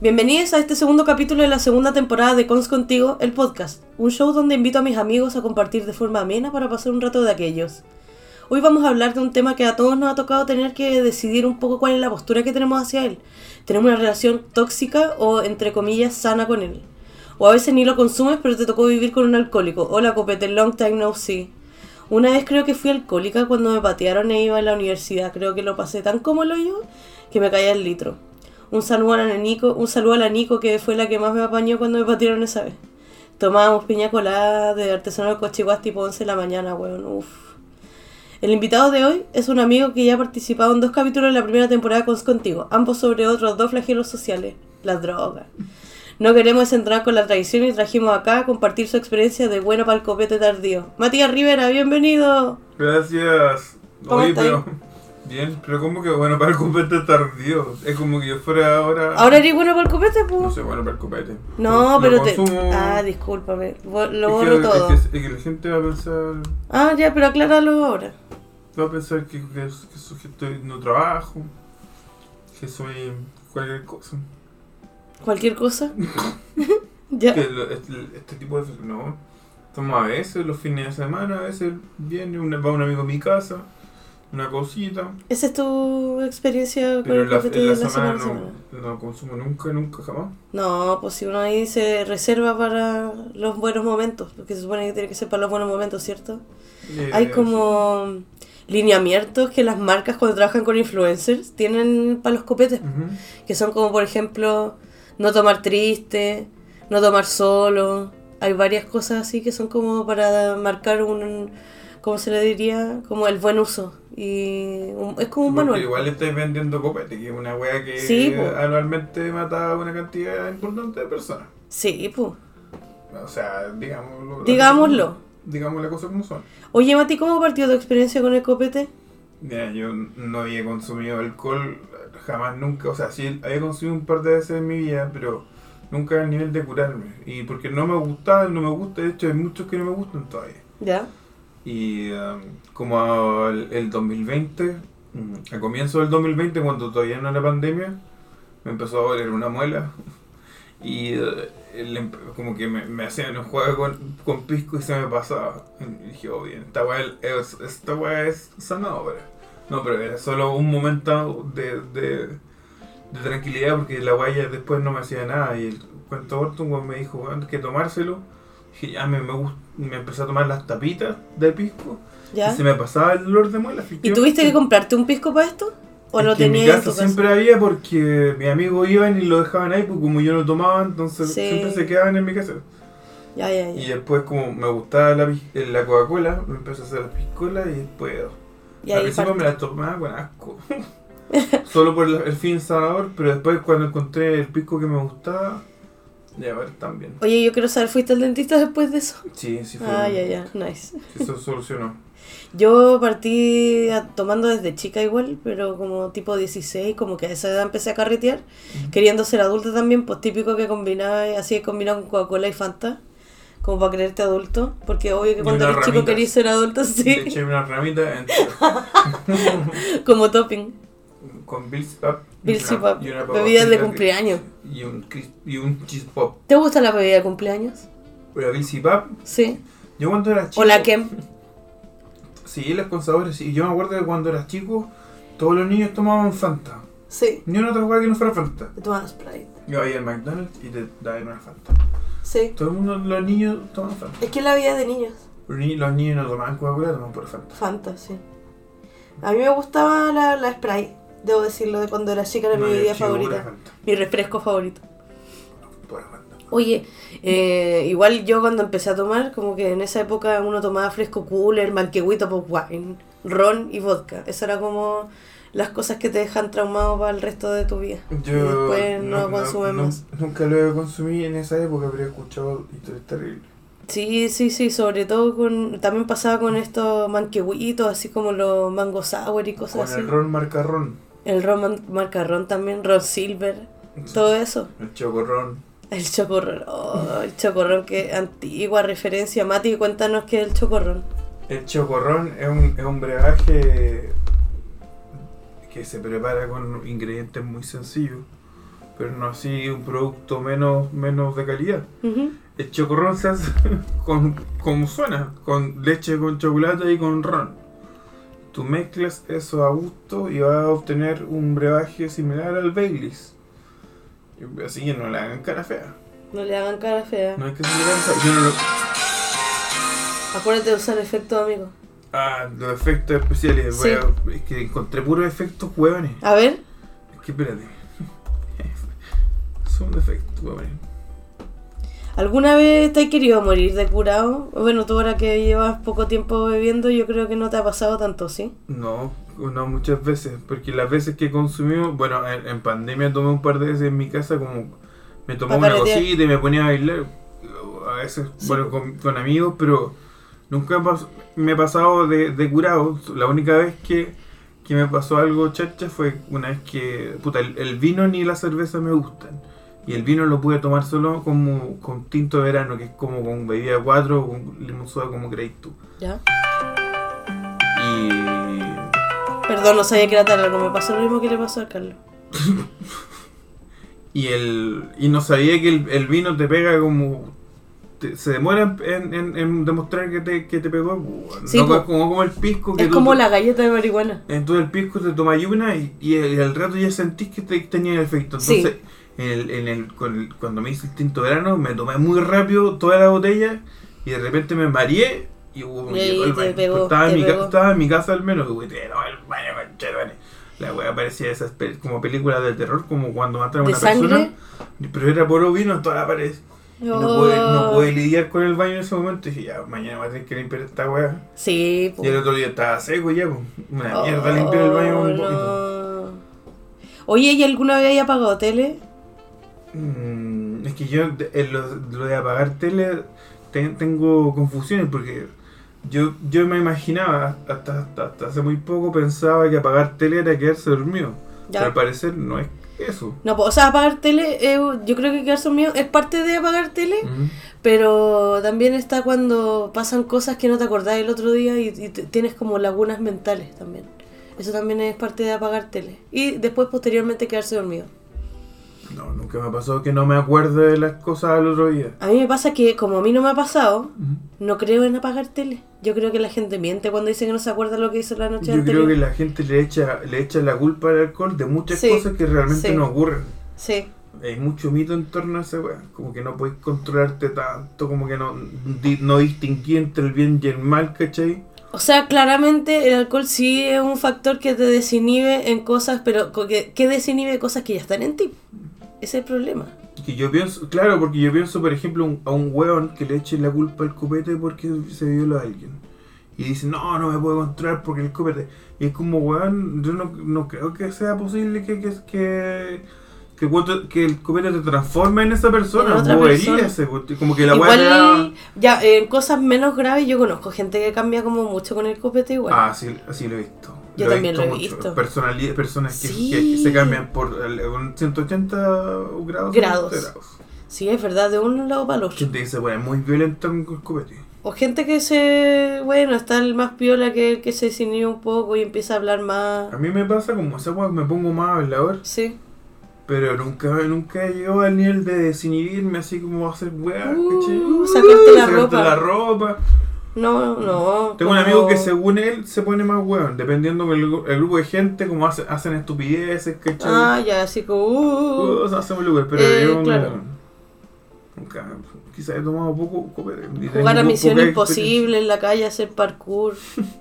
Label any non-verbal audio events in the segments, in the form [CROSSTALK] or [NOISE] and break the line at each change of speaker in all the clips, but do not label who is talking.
Bienvenidos a este segundo capítulo de la segunda temporada de Cons Contigo, el podcast, un show donde invito a mis amigos a compartir de forma amena para pasar un rato de aquellos. Hoy vamos a hablar de un tema que a todos nos ha tocado tener que decidir un poco cuál es la postura que tenemos hacia él. Tenemos una relación tóxica o, entre comillas, sana con él. O a veces ni lo consumes, pero te tocó vivir con un alcohólico. Hola, copete, long time no see. Una vez creo que fui alcohólica cuando me patearon e iba a la universidad. Creo que lo pasé tan como lo yo que me caía el litro. Un saludo a la Nico, un saludo a la Nico que fue la que más me apañó cuando me patieron esa vez. Tomábamos piña colada de artesanal cochiguas tipo 11 de la mañana, weón. Uf. El invitado de hoy es un amigo que ya ha participado en dos capítulos de la primera temporada con Contigo, ambos sobre otros dos flagelos sociales, las drogas. No queremos entrar con la tradición y trajimos acá a compartir su experiencia de bueno para el copete tardío. Matías Rivera, bienvenido.
Gracias.
¿Cómo
Oye,
estás?
pero. Bien, pero como que bueno para el copete tardío. Es como que yo fuera ahora.
¿Ahora eres bueno para el copete,
No
pues?
soy bueno para el copete.
No,
Lo
pero te...
consumo-
Ah,
es
discúlpame. bo-
que-
Lo borro
es
todo.
que- Es que, la gente va a pensar.
Ah, ya, pero acláralo ahora.
Va a pensar que, que, es- que soy- que estoy- no trabajo. Que soy cualquier cosa.
Cualquier
[LAUGHS]
cosa. ya.
Que lo- este, este tipo de. No. Toma a veces los fines de semana, a veces viene, una- va un amigo a mi casa, una cosita.
Esa es tu experiencia con
Pero
el
en la,
copete
en la
de la
semana,
semana. pasada.
no, no consumo nunca, nunca, jamás.
No, pues si uno ahí se reserva para los buenos momentos, porque se supone que tiene que ser para los buenos momentos, ¿cierto?
Eh,
Hay como lineamientos que las marcas cuando trabajan con influencers tienen para los copetes,
Ujú.
que son como por ejemplo no tomar triste, no tomar solo, hay varias cosas así que son como para marcar un, ¿cómo se le diría? Como el buen uso. Y un- es como un
Porque
manual.
Igual estáis vendiendo copete, que es una wea que
Sí, po.
anualmente mata a una cantidad importante de personas.
Sí, pues.
O sea, digámoslo.
Digámoslo.
Digamos la cosa como son.
Oye, Mati, ¿cómo partió tu experiencia con el copete?
Mira, yo no había consumido alcohol jamás, nunca. O sea, sí, había consumido un par de veces en mi vida, pero nunca al nivel de curarme. Y porque no me gustaba, no me gusta. De hecho, hay muchos que no me gustan todavía.
¿Ya?
Y um, como el, el 2020, mm, a comienzo del 2020, cuando todavía no era pandemia, me empezó a doler una muela. [LAUGHS] Y eh, el em- como que me, me hacían un juego con, con pisco y se me pasaba. Y dije, oh bien, esta weá es, esta weá es sanadora. No, pero era solo un momento de, de, de tranquilidad porque la weá ya después no me hacía nada. Y el cuento corto, un weón me dijo, weón, que tomárselo. Dije, ya me, me, gust- me empecé a tomar las tapitas de pisco
¿Ya?
y se me pasaba el dolor de muela.
¿Y tuviste que comprarte un pisco para esto? ¿O
Es
lo
que en mi
tenías en
casa
tu casa?
siempre había porque mis amigos iban y lo dejaban ahí, porque como yo no tomaba, entonces
Sí.
siempre se quedaban en mi casa.
Ya, ya,
Y
ya.
después, como me gustaba la, pis- eh, la Coca-Cola, me empecé a hacer las piscolas y después.
Y
al
ahí
principio
part-
me las tomaba con asco. [LAUGHS] Solo por el, el fin sanador, pero después, cuando encontré el pisco que me gustaba, ya ver también.
Oye, yo quiero saber, ¿fuiste al dentista después de eso?
Sí, sí, fue.
Ah, ya, ya. Nice.
sí se solucionó.
Yo partí a- tomando desde chica igual, pero como tipo 16, como que a esa edad empecé a carretear, queriendo ser adulta también, pues típico que combinaba, así que combinaba con Coca-Cola y Fanta, como para creerte adulto, porque obvio que
Y
cuando
unas
eres chico
ramitas.
querías ser adulto, [LAUGHS] [LAUGHS]
Le
sí,
eché una ramita entera.
como topping.
con Bill Pop.
Bill
y una-
Pop,
y una papa
bebidas de
frita
cumpleaños.
que- Y un, cris- y un cheese pop.
¿Te gusta la bebida de cumpleaños?
Pero Bill Pop,
Sí.
yo cuando era chico.
¿O la Kem?
Sí, las con sabores. Y yo me acuerdo que cuando era chico, todos los niños tomaban Fanta.
Sí.
Ni una otra cosa que no fuera Fanta.
¿Tomas Sprite?
Yo iba al McDonald's y te daban una Fanta.
Sí.
Todo el mundo, los niños tomaban Fanta.
Es que la vida de niños.
Los ni- los niños no tomaban Coca-Cola, tomaban por Fanta.
Fanta, sí. A mí me gustaba la, la Sprite, debo decirlo, de cuando era chica era
No,
mi
yo
bebida
chico, pura
favorita.
Fanta,
Mi refresco favorito.
pura Fanta.
Oye, eh, igual yo cuando empecé a tomar, como que en esa época uno tomaba fresco cooler, manquehuito, pop wine, ron y vodka. Esas eran como las cosas que te dejan traumado para el resto de tu vida. y
Yo
después no, consumes
no-
más.
Nunca lo consumí en esa época, pero he escuchado historias terribles.
Sí, sí, sí, sobre todo con. También pasaba con estos manquehuitos, así como los mango sour y cosas
Con
así.
el ron marcarrón.
El ron man- marca ron también, ron silver. todo eso.
El chocorrón.
El chocorrón, oh, el chocorrón, que antigua referencia. Mati, cuéntanos qué es el chocorrón.
El chocorrón es un, es un brebaje que se prepara con ingredientes muy sencillos, pero no así un producto menos, menos de calidad.
Ujú.
El chocorrón se hace [LAUGHS] con, como suena, con leche, con chocolate y con ron. Tú mezclas eso a gusto y vas a obtener un brebaje similar al Baileys. Así que no le hagan cara fea.
No le hagan cara fea.
No hay que hacerle cara fea. Yo no lo-
Acuérdate de usar efecto, amigo.
Ah, los efectos especiales.
Sí.
weón. Es que encontré puros efectos hueones.
A ver,
Es que espérate. [LAUGHS] Son efectos hueones.
¿alguna vez te has querido morir de curado? Bueno, tú ahora que llevas poco tiempo bebiendo, yo creo que no te ha pasado tanto, ¿sí?
No, no muchas veces, porque las veces que consumimos, bueno, en, en pandemia tomé un par de veces en mi casa, como me tomaba
Pa'
una
carretear.
cosita y me ponía a bailar, a veces,
Sí.
bueno, con, con amigos, pero nunca pas- me he pasado de, de curado. La única vez que, que me pasó algo chacha fue una vez que, puta, el, el vino ni la cerveza me gustan. Y el vino lo pude tomar solo como con tinto de verano, que es como con bebida 4 o con limón soda como crees tú.
Ya.
Y
Perdón, no sabía que era tan largo. Me pasó lo mismo que le pasó a Carlos.
Y el y no sabía que el, el vino te pega como... te- se demora en, en- en demostrar que te, que te pegó. pues, weón.
Sí,
no
po.
es como, como el pisco que
Es
tú-
como la galleta de marihuana.
Entonces el pisco te tomas una y, y el- al rato ya sentís que te, tenía el efecto.
Sí.
Entonces en el, en el- con el- cuando me hice el tinto verano me tomé muy rápido toda la botella y de repente me mareé y weón,
Y ahí
llegó el
te
baño.
pegó,
Pero estaba,
te
en mi, ca-
pegó.
estaba en mi casa al menos. weón, y te- no, el baño, conchero, vale. La wea parecía esas pel- como películas de terror, como cuando matan a
¿De
una persona.
sangre?
Pero era puro vino en toda la pared. Y No, pude,
Oh.
no pude lidiar con el baño en ese momento. Y dije, ya, mañana voy a tener que limpiar esta weá.
Sí, po.
Y el otro día estaba seco ya, po. Una
Oh,
mierda limpiar el baño con un poquito.
no. Oye, ¿y alguna vez hay apagado tele?
Mm, es que yo, de- en lo, lo de apagar tele, te- tengo confusiones porque yo, yo me imaginaba, hasta, hasta, hasta hace muy poco pensaba que apagar tele era quedarse dormido.
Ya.
Pero al parecer no es eso.
No, po, o sea, apagar tele, eh, yo creo que quedarse dormido es parte de apagar tele,
Mm.
pero también está cuando pasan cosas que no te acordás el otro día y, y t- tienes como lagunas mentales también. Eso también es parte de apagar tele. Y después, posteriormente, quedarse dormido.
No, nunca me ha pasado que no me acuerde de las cosas al otro día.
A mí me pasa que, como a mí no me ha pasado,
Mm.
no creo en apagar tele. Yo creo que la gente miente cuando dice que no se acuerda lo que hizo la noche
Yo
anterior.
creo que la gente le echa, le echa la culpa al alcohol de muchas
Sí,
cosas que realmente
sí.
no ocurren.
Sí.
Hay mucho mito en torno a esa weá. Como que no puedes controlarte tanto, como que no, di- no distinguí entre el bien y el mal, ¿cachai?
O sea, claramente el alcohol sí es un factor que te desinhibe en cosas, pero co- que, que desinhibe cosas que ya están en ti. Ese es el problema.
Que yo pienso, claro, porque yo pienso, por ejemplo, un- a un weón que le eche la culpa al copete porque se violó a alguien. Y dice, no, no me puedo controlar porque el copete. Y es como, weón, yo no, no creo que sea posible que, que, que, que, cuando- que el copete te transforme en esa persona.
En otra
Bobería
persona.
ese, weón. como que la weá te da-
Igual, ya, en cosas menos graves yo conozco gente que cambia como mucho con el copete igual.
Ah, sí, sí lo he visto.
Yo también lo he visto.
Personali- personas que,
Sí.
que se cambian por el- un 180 grados.
Grados.
180 grados.
Sí, es verdad, de un lado para el otro.
Gente que se pone muy violenta con el copete.
O gente que se, bueno, está el más piola que el que se desinhibe un poco y empieza a hablar más.
A mí me pasa como esa weá, me pongo más hablador,
Sí.
pero nunca, nunca he llegado al nivel de desinhibirme así como va a ser weá,
Uh,
¿cachai?
sacarte la ropa.
la ropa.
No, no.
Tengo
como-
un amigo que según él se pone más weón, dependiendo del gru- el grupo de gente, como hace- hacen estupideces, ¿cachai?
Ah, ya, así como... uh, uh.
Todos hacemos lugar, pero
Eh,
yo no-
claro.
nunca, quizás he tomado poco copete. y tengo
Jugar a
poca
misión
experiencia.
imposible en la calle, hacer parkour.
Quizás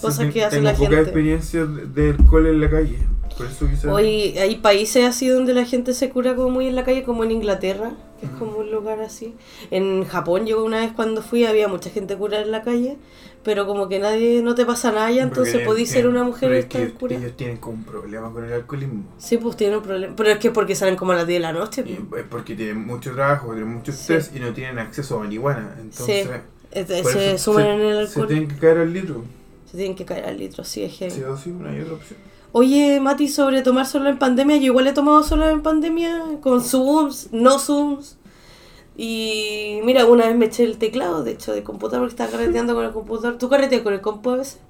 cosas
ten-
que hace
tengo
la
poca
gente.
experiencia de, de alcohol en la calle, por eso quizás...
Hoy hay países así donde la gente se cura como muy en la calle, como en Inglaterra, que es como un lugar así. En Japón yo una vez cuando fui había mucha gente curada en la calle, pero como que nadie, no te pasa nada ya,
Porque
entonces
tienen-
podís ser
tienen-
una mujer
pero
y
es que
estar curada.
Ellos tienen como un problema con el alcoholismo.
Sí, pues tienen un problema. Pero es que es porque salen como a las 10 de la noche.
Y
pues.
es porque tienen mucho trabajo, tienen mucho
Sí.
estrés y no tienen acceso a marihuana. Entonces,
Este,
por
se
eso
suman en el
se
alcohol.
tienen que caer al litro.
Se tienen que caer al litro, sí, es heavy.
Sí o sí, no hay otra opción.
Oye, Mati, sobre tomar solo en pandemia, yo igual he tomado solo en pandemia, con Zooms, no Zooms. Y mira, una vez me eché el teclado, de hecho, de computador, porque estaba carreteando con el computador. ¿Tú carreteas con el compu a veces?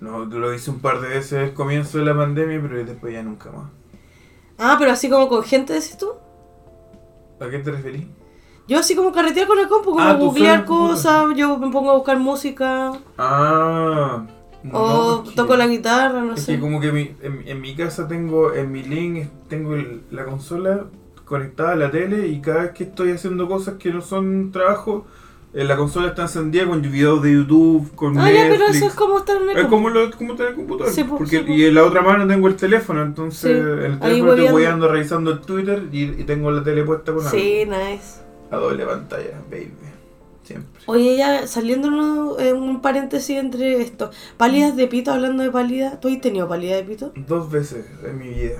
No, lo hice un par de veces al comienzo de la pandemia, pero después ya nunca más.
Ah, pero así como con gente, decís tú.
¿A qué te referís?
Yo así como carretear con el compu, como
Ah, tú
googlear
solo con el
cosas, yo me pongo a buscar música,
Ah. no,
o
porque-
toco la guitarra, no
Es
sé.
que como que mi- en, en mi casa tengo, en mi link, tengo el- la consola conectada a la tele y cada vez que estoy haciendo cosas que no son trabajo, eh, la consola está encendida con videos de YouTube, con
Ah, ya,
Netflix.
pero eso es como estar en el
Es
compu.
como lo como tener el computador.
Sí, po,
porque,
sí, po.
Y en la otra mano tengo el teléfono, entonces
Sí,
el
ahí
teléfono estoy
hueveando.
guiando, revisando el Twitter y, y tengo la tele puesta con
Sí, nice.
algo. A doble pantalla, baby. Siempre.
Oye, ya saliéndonos en un paréntesis entre esto. Pálidas de pito, hablando de pálida. ¿Tú has tenido pálida de pito?
Dos veces en mi vida.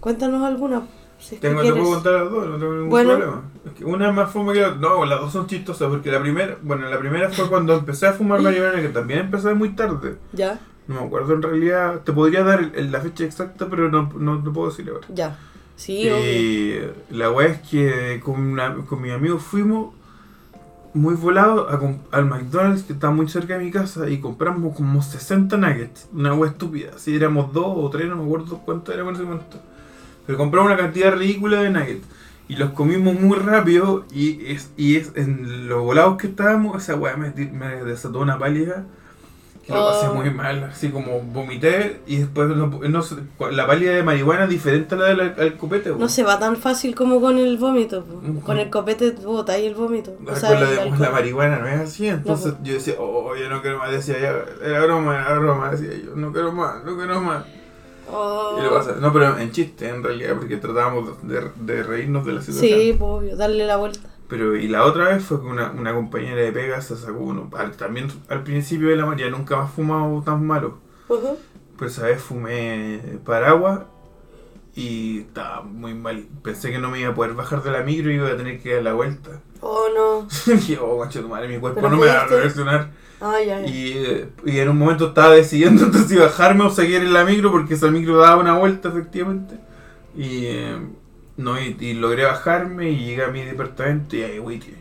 Cuéntanos alguna. Si es que
Tengo, te
quieres.
puedo contar las dos, no tengo ningún
Bueno.
problema. Es que una es más fome que la otra. No, las dos son chistosas, porque la primera, bueno, la primera fue cuando empecé a fumar marihuana, que también empecé muy tarde.
Ya,
No me acuerdo en realidad, te podría dar el- la fecha exacta, pero no, no te puedo decir ahora.
ya. Sí, obvio.
Y la weá es que con, una- con mis amigos fuimos muy volados a com- al McDonald's que está muy cerca de mi casa y compramos como 60 nuggets. Una weá estúpida. Así éramos dos o tres, no me acuerdo cuántos éramos en ese momento. Pero compramos una cantidad ridícula de nuggets. Y los comimos muy rápido y es, y es en los volados que estábamos, esa weá me, di- me desató una pálida. Que lo pasé
Oh.
muy mal, así como vomité y después no, no sé, la pálida de marihuana es diferente a la del al- al copete. weón.
No se va tan fácil como con el vómito. po.
Ujú.
Con el copete bota y el vómito. O
Ah,
sea,
con la,
el
de- con
alcohol.
la marihuana no es así, entonces yo decía, oh, yo no quiero más, decía ya, era broma, era broma, decía yo, no quiero más, no quiero más.
Oh.
Y lo pasa, no, pero en chiste, en realidad, porque tratábamos de, de reírnos de la situación.
Sí, po, obvio, darle la vuelta.
Pero, y la otra vez fue que una, una compañera de pega se sacó uno, al- también al principio de la maría, nunca más fumado tan malo,
Ujú.
pero esa vez pues, fumé paraguas y estaba muy mal, pensé que no me iba a poder bajar de la micro y iba a tener que dar la vuelta. [LAUGHS]
Oh, no.
Dije, oh, concha tu madre, mi cuerpo
Pero
no me va a
pudiste.
reaccionar.
Ay, ay.
Y, eh, y en un momento estaba decidiendo [LAUGHS] entonces si bajarme o seguir en la micro, porque esa micro daba una vuelta efectivamente. Y, eh, no, y, y logré bajarme y llegué a mi departamento y ahí, güey, que-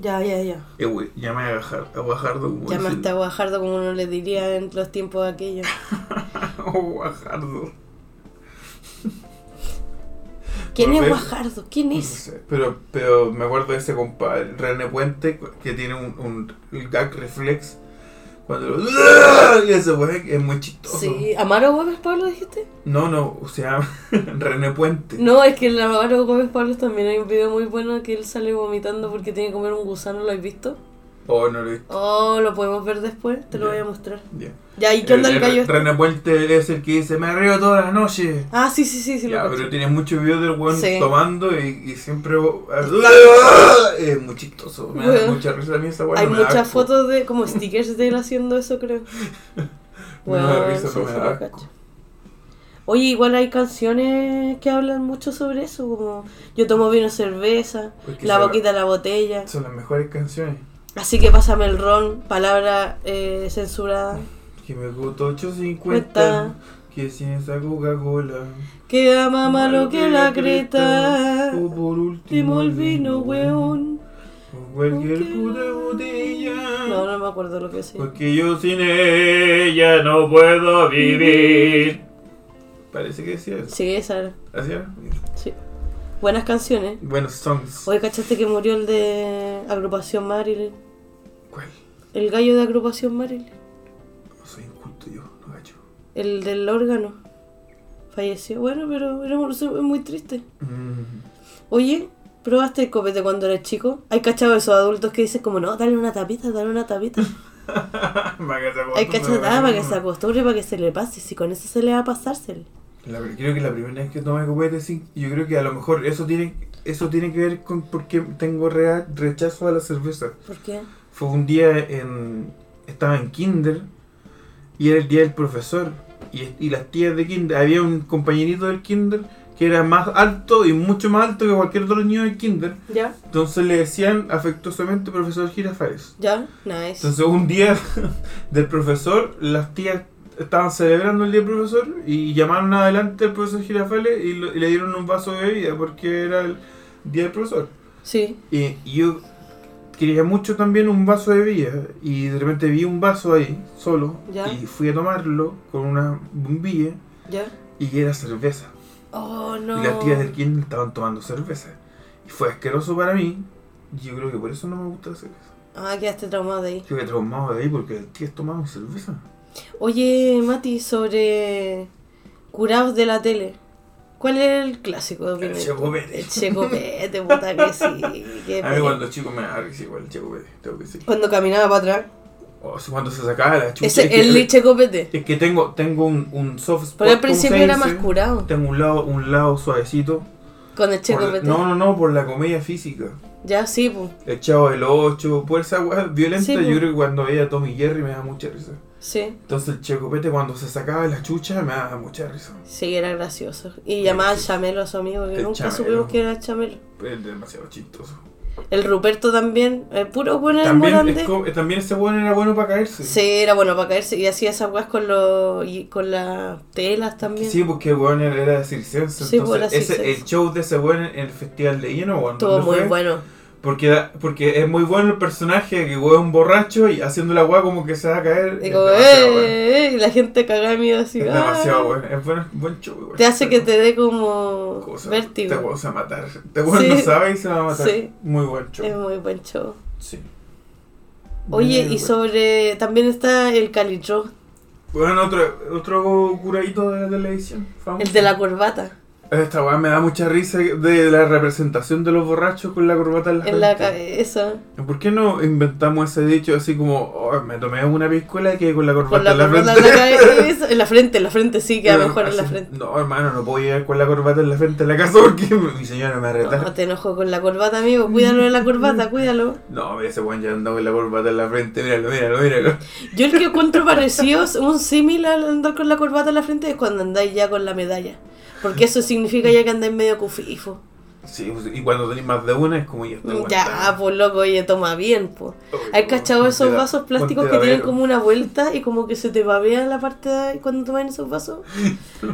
Ya, ya, ya.
eh, güey, llamé a, Gajar- a Guajardo. como
Llamaste a
decirlo.
Guajardo como uno le diría en los tiempos aquellos.
[LAUGHS] Oh, Guajardo.
¿Quién es
Volver.
Guajardo? ¿Quién
No
es?
sé, pero, pero me acuerdo de ese compadre, René Puente, que tiene un, un el gag reflex. Cuando lo- Y ese güey es muy chistoso.
Sí, ¿Amaro Gómez Pablo dijiste?
No, no, o sea, [LAUGHS] René Puente.
No, es que el Amaro Gómez Pablo también hay un video muy bueno que él sale vomitando porque tiene que comer un gusano, ¿lo has visto?
Oh, no lo he visto.
Oh, lo podemos ver después, te lo
Ya. Eh,
voy a mostrar.
Ya.
Ya, ¿y qué onda el gallo? este?
René Puente es el que dice, me río toda la noche.
Ah, sí, sí, sí, sí,
ya,
lo
pero
cacho.
tiene muchos videos del weón
Sí.
tomando y, y siempre...
[LAUGHS]
Es muy chistoso, me da
Weón.
mucha risa a mí esa weá.
Hay
no me da
muchas
asco.
fotos de, como stickers de él haciendo eso, creo.
No [LAUGHS] me da
Weón,
risa,
sí,
no me
sí,
da
lo
asco.
cacho. Oye, igual hay canciones que hablan mucho sobre eso, como yo tomo vino cerveza,
Porque
la
son-
boquita a la botella.
Son las mejores canciones.
Así que pásame el ron, palabra eh, censurada.
Que me costó 850.
Cuenta.
Que sin esa Coca-Cola.
Que ama más lo que la creta.
O por último
Último el vino, weón.
O cualquier puta botella.
No, no me acuerdo lo que decía.
Porque yo sin ella no puedo vivir. Parece que decía eso.
Sí, esa era.
¿Así era?
Sí. Buenas canciones.
Buenos songs.
Oye, ¿cachaste que murió el de Agrupación Marilyn?
¿Cuál?
El gallo de Agrupación Marilyn.
No soy inculto yo, no gacho.
El del órgano. Falleció. Bueno, pero era mu- es muy triste. Mm.
[LAUGHS]
Oye, ¿probaste el copete cuando eras chico? ¿Hay cachado esos adultos que dicen como, no, dale una tapita, dale una
[LAUGHS]
tapita? Hay cachado, ah, para que se acostumbre, para que se le pase. Si con eso se le va a pasársele.
La- creo que la primera vez que tomé copete, sí, yo creo que a lo mejor eso tiene, eso tiene que ver con por qué tengo rea- rechazo a la cerveza.
¿Por qué?
Fue un día en. Estaba en Kinder y era el día del profesor. Y, y las tías de Kinder. Había un compañerito del Kinder que era más alto y mucho más alto que cualquier otro niño del Kinder.
¿Ya?
Entonces le decían afectuosamente profesor Girafales.
¿Ya? Nice.
[LAUGHS] Entonces un día del profesor, las tías estaban celebrando el día del profesor y llamaron adelante al profesor Girafales y, lo- y le dieron un vaso de bebida porque era el día del profesor.
Sí.
Y, y yo quería mucho también un vaso de bebida y de repente vi un vaso ahí, solo,
Ya.
y fui a tomarlo con una bombilla
¿Ya?
y era cerveza.
Oh, no.
Y las tías del Kindle estaban tomando cerveza. Y fue asqueroso para mí. Y yo creo que por eso no me gusta la cerveza.
Ah, quedaste traumado de ahí.
Yo que traumado de ahí porque las tías tomaban cerveza.
Oye, Mati, sobre curados de la tele. ¿Cuál es el clásico? de
El
opinión?
Checo Pérez.
El Checopete, puta que sí. que
[LAUGHS] A mí
pe-
cuando chico me daba risa igual el Checo Pérez, tengo que decir.
Cuando caminaba para atrás.
O sea, cuando se sacaba la chucha.
Ese,
es que-
el Checopete.
Es que tengo, tengo un, un soft spot.
Pero al
como
principio
se
era
dice.
más curado.
Tengo un lado, un lado suavecito.
Con el
Por la-
Checopete.
no, no, no, por la comedia física.
Ya, sí, pues.
El Chavo del 8, por esa weá violenta,
Sí, pues.
yo
po.
creo que cuando veía a Tommy Jerry me daba mucha risa.
Sí.
Entonces el Checopete cuando se sacaba la chucha me daba mucha risa.
Sí, era gracioso. Y
Era
llamaba al
gracioso.
chamelo a su amigo, que
Eh, El
nunca
Chamelo.
supimos que era el chamelo.
Es demasiado chistoso.
El Ruperto también, el puro bueno era
También,
morante.
es co- eh, también ese weón era bueno para caerse.
Sí, era bueno para caerse. Y hacía esas weas con, los y con las telas también.
Sí, porque el weón era era circense.
Sí, pues, era
entonces, ese-
circense.
el show de ese weón en el Festival de Lleno, weón.
Estuvo
¿dónde
muy
fue?
bueno.
Porque, da- porque es muy bueno el personaje que weón borracho y haciendo la weá como que se va a caer.
Y
es
como,
demasiado bueno.
"Eh, eh", y la gente cagada de miedo así.
Es
"Ah".
demasiado bueno. Es buen, buen show, weón.
Te hace que
Pero-
te dé como
cosa, Te
vértigo.
vas a matar. Te weón no
Sí.
sabe y se va a matar.
Sí.
Muy buen show.
Es muy buen show.
Sí.
Oye,
Bien,
y
weón.
sobre. También está el calitró,
Bueno, otro, otro curadito de la televisión. famoso.
el de la corbata.
Esta weá me da mucha risa de la representación de los borrachos con la corbata en la
En la
cabeza.
cabeza.
¿Por qué no inventamos ese dicho así como, "Oh, me tomé una piscola y quedé con la corbata
Con la
en la
corbata
frente?
en la cabeza. En la frente, en la frente sí,
[LAUGHS]
queda
Pero
mejor en la
así,
frente.
No, hermano, no puedo llegar con la corbata en la frente a la casa porque [LAUGHS] mi señora me va a retar.
No, te enojo con la corbata, amigo. Cuídalo de la corbata, cuídalo.
No, mira, ese weón ya andaba con la corbata en la frente, míralo, míralo, míralo.
Yo el que encuentro parecido, un símil al andar con la corbata en la frente es cuando andáis ya con la medalla. Porque eso significa ya que andáis medio cufifo.
Sí, pues, y cuando tenéis más de una es como ya está.
Ya, pues loco, oye, toma bien, pues. ¿Has cachado esos vasos plásticos que tienen como una vuelta y como que se te babea la parte de ahí cuando toman esos
[LAUGHS]
vasos?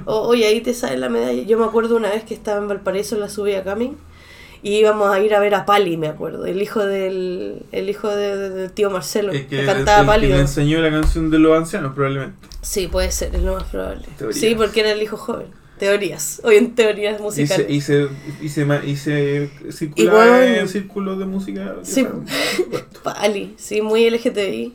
O- Oye, ahí te sale la medalla. Yo me acuerdo una vez que estaba en Valparaíso en la subida Camin y íbamos a ir a ver a Pali, me acuerdo, el hijo del el hijo de, de- del tío Marcelo,
Es que
que cantaba
el que
Pali.
le
¿no?
enseñó la canción de los ancianos, probablemente.
Sí, puede ser, es lo más probable.
Teorías.
Sí, porque era el hijo joven. Teorías, hoy en teorías musicales.
Hice, hice, hice, ma- hice circular
Igual-
en círculos de música. ya
Sí.
saben, por supuesto.
Pali, sí, muy LGTBI.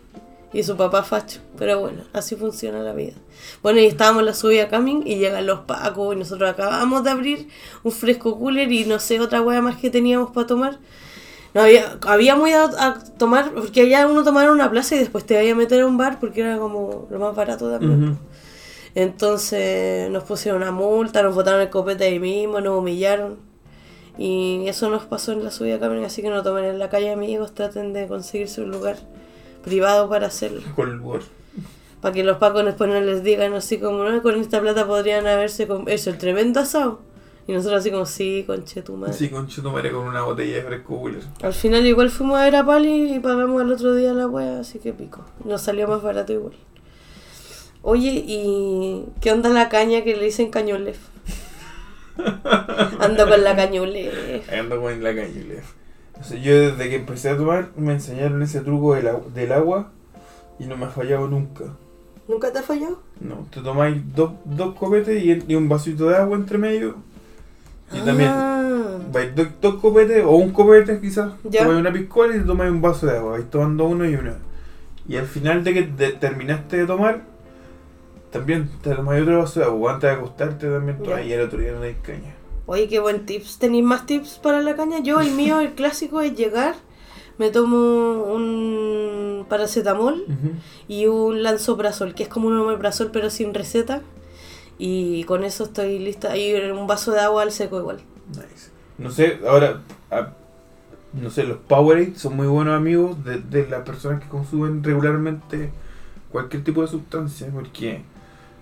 Y su papá facho. Pero bueno, así funciona la vida. Bueno, y estábamos en la subida Camin y llegan los pacos y nosotros acabamos de abrir un fresco cooler y no sé otra hueá más que teníamos para tomar. No había, habíamos ido a, a tomar, porque allá uno tomaba en una plaza y después te iba a meter a un bar porque era como lo más barato también.
Ujú.
Entonces nos pusieron una multa, nos botaron el copete ahí mismo, nos humillaron. Y eso nos pasó en la subida Camin, así que no tomen en la calle amigos, traten de conseguirse un lugar privado para hacerlo.
Cold War.
Para que los pacos después no les digan así como, no, con esta plata podrían haberse com- hecho el tremendo asado. Y nosotros así como, sí, conche tu madre.
Sí, con tomaré con una botella de fresco cooler.
Al final igual fuimos a ver a Pali y pagamos al otro día la wea, así que pico. Nos salió más barato igual. Oye, ¿y qué onda la caña que le dicen cañolef? Ando con la cañolef.
Ando con la cañule. O sea, yo desde que empecé a tomar me enseñaron ese truco del, agu- del agua y no me ha fallado nunca.
¿Nunca te falló?
No, te tomáis dos, dos copetes y, y un vasito de agua entre medio. Y también
Ah.
vais dos, dos copetes o un copete quizás.
Ya.
Tomáis una piscola y te tomáis un vaso de agua. Vais tomando uno y uno. Y al final de que te- terminaste de tomar, también te tomáis otro vaso de agua. Antes de acostarte también
Ya.
tomáis y el otro día no dais caña.
Oye, qué buen tips. ¿Tenéis más tips para la caña? Yo, el mío, el clásico es llegar, me tomo un paracetamol y un lanzoprazol, que es como un omeprazol pero sin receta. Y con eso estoy lista. Y un vaso de agua al seco igual.
Nice. No sé, ahora, a- no sé, los Powerade son muy buenos amigos de, de las personas que consumen regularmente cualquier tipo de sustancia, porque,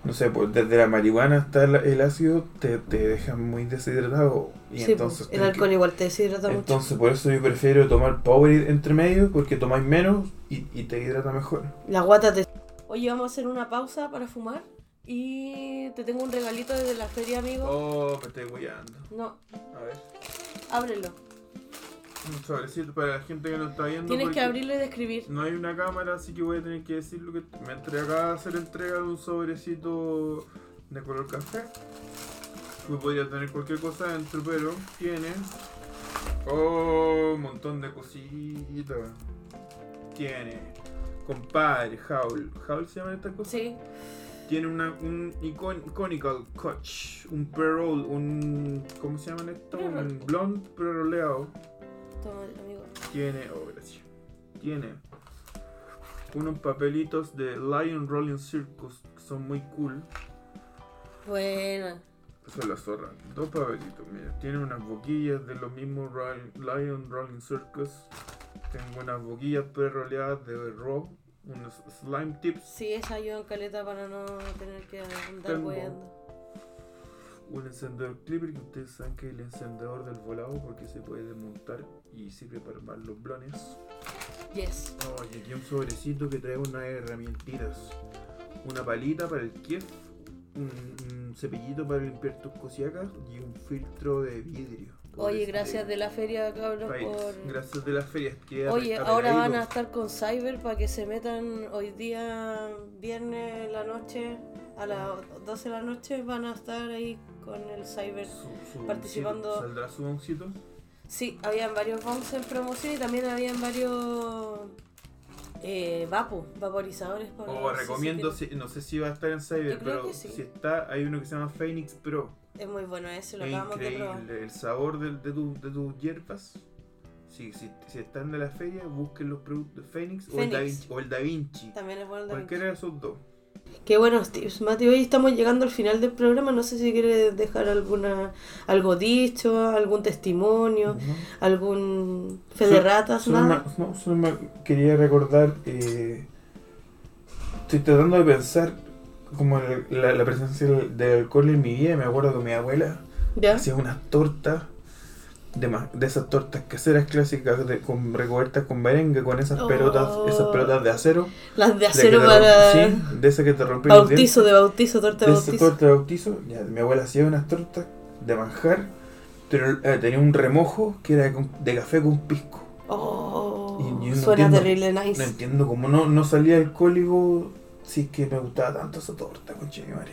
no sé, pues desde la marihuana hasta la- el ácido te, te dejan muy deshidratado. Y
Sí, pues,
entonces,
el
tenés
alcohol
que-
igual te deshidrata mucho.
entonces por eso yo prefiero tomar Powerade entre medio, porque tomáis menos y, y te hidrata mejor.
La guata te... Oye, vamos a hacer una pausa para fumar y te tengo un regalito desde la feria, amigo.
Oh, me estoy guiando.
No,
A ver.
ábrelo.
Un sobrecito para la gente que no está viendo.
Tienes
porque
que abrirlo y describir.
No hay una cámara, así que voy a tener que decir lo que. Me entrega a hacer entrega de un sobrecito de color café. Pues podría tener cualquier cosa dentro, pero tiene. Oh, un montón de cositas. Tiene. Compadre, Howl. ¿Howl se llaman estas cosas?
Sí,
Tiene una, un icon, conical coach, un pre-roll, un. ¿Cómo se llaman esto? Un
Pre-roll.
blonde pre-roleado.
toma, amigo.
Tiene. Oh, gracias. Tiene unos papelitos de Lion Rolling Circus que son muy cool.
Buena.
Son las zorras. Dos papelitos, mira. Tiene unas boquillas de los mismos Ri- Lion Rolling Circus. Tengo unas boquillas pre-roleadas de Raw. Unos slime tips
Sí, esa ayuda en caleta para no tener que andar
Tengo.
hueando.
Un encendedor clipper que ustedes saben que es el encendedor del volado porque se puede desmontar y sirve para armar los blones.
Yes.
Oh, y aquí un sobrecito que trae unas herramientitas. Una palita para el kief, un, un cepillito para limpiar tus cosiacas y un filtro de vidrio.
Oye, gracias de la feria, cabros,
País.
por...
Gracias de las ferias que
Oye, ahora van a estar con Cyber para que se metan hoy día, viernes en la noche, a las 12 de la noche, van a estar ahí con el Cyber. participando-
¿Saldrá su boncito?
Sí, habían varios bombs en promoción y también habían varios eh, vapo, vaporizadores. Para
O
los
Oh, recomiendo,
CCTV.
si- no sé si va a estar en Cyber,
Yo creo
pero
que sí.
si está, hay uno que se llama Phoenix Pro.
Es muy bueno ese, lo
Es
acabamos de probar.
increíble el sabor de, de tu- de tus hierbas. Si, si, si están de la feria, busquen los productos de Phoenix, o el Da
Phoenix.
Vinci. O el da Vinci.
También es bueno el de
Cualquiera de esos dos.
Qué buenos tips, Mati. Hoy estamos llegando al final del programa. No sé si quieres dejar alguna algo dicho, algún testimonio, algún fe de
Solo-
ratas,
Solo
nada.
me- no, solo me quería recordar. eh, estoy tratando de pensar como el- la, la presencia del, del alcohol en mi vida. y Me acuerdo que mi abuela
¿Ya?
hacía unas tortas. De, ma- de esas tortas caseras clásicas de- con recubiertas con merengue con esas pelotas
Oh.
esas pelotas de acero
Las de
La que
acero
te
para
romp- Sí, de esa que te rompí los dientes.
bautizo, de bautizo, torta de
De esa
bautizo.
torta de bautizo. Ya, mi abuela hacía unas tortas de manjar, pero eh, tenía un remojo que era con- de café con pisco.
Oh,
Y yo no
suena
entiendo.
terrible
No
nice.
entiendo cómo no, no salía alcohólico si es que me gustaba tanto esa torta, conche mi madre.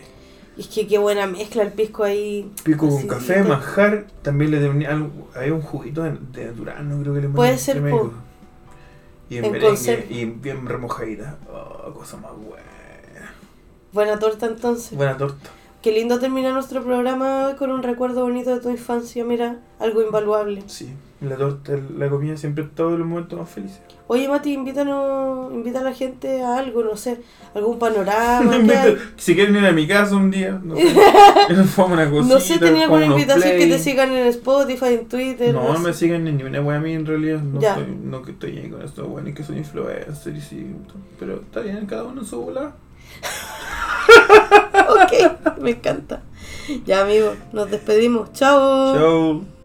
Y es que qué buena mezcla el pisco ahí.
Pico con
Así,
café,
te-
manjar, también le tenía algo, había un juguito de, de durazno creo que le
Puede
ponían,
ser,
tremendo.
po.
Y en,
En
merengue,
conserva.
y bien remojadita. Oh, cosa más buena.
Buena torta entonces.
Buena torta.
Qué lindo terminar nuestro programa hoy con un recuerdo bonito de tu infancia, mira, algo invaluable.
Sí, la torta, la comida siempre es todo el momento más feliz.
Oye, Mati, invítanos, invita a la gente a algo, no sé, algún panorama.
[LAUGHS] Me
¿qué hay?
invito- si quieren ir a mi casa un día,
[LAUGHS]
no sé, [LAUGHS] nos fumamos una cosita.
No sé, tenía
jugamos
alguna
unos
invitación que
play.
te sigan en Spotify, en Twitter.
No, no
sé.
me siguen ni una wea a mí en realidad. No,
Ya.
estoy, no que estoy ahí con esto, bueno, es que soy influencer y sí. Pero está bien, cada uno en su bola.
[LAUGHS] Ok, me encanta. Ya, amigos, nos despedimos. Chao.
Chao.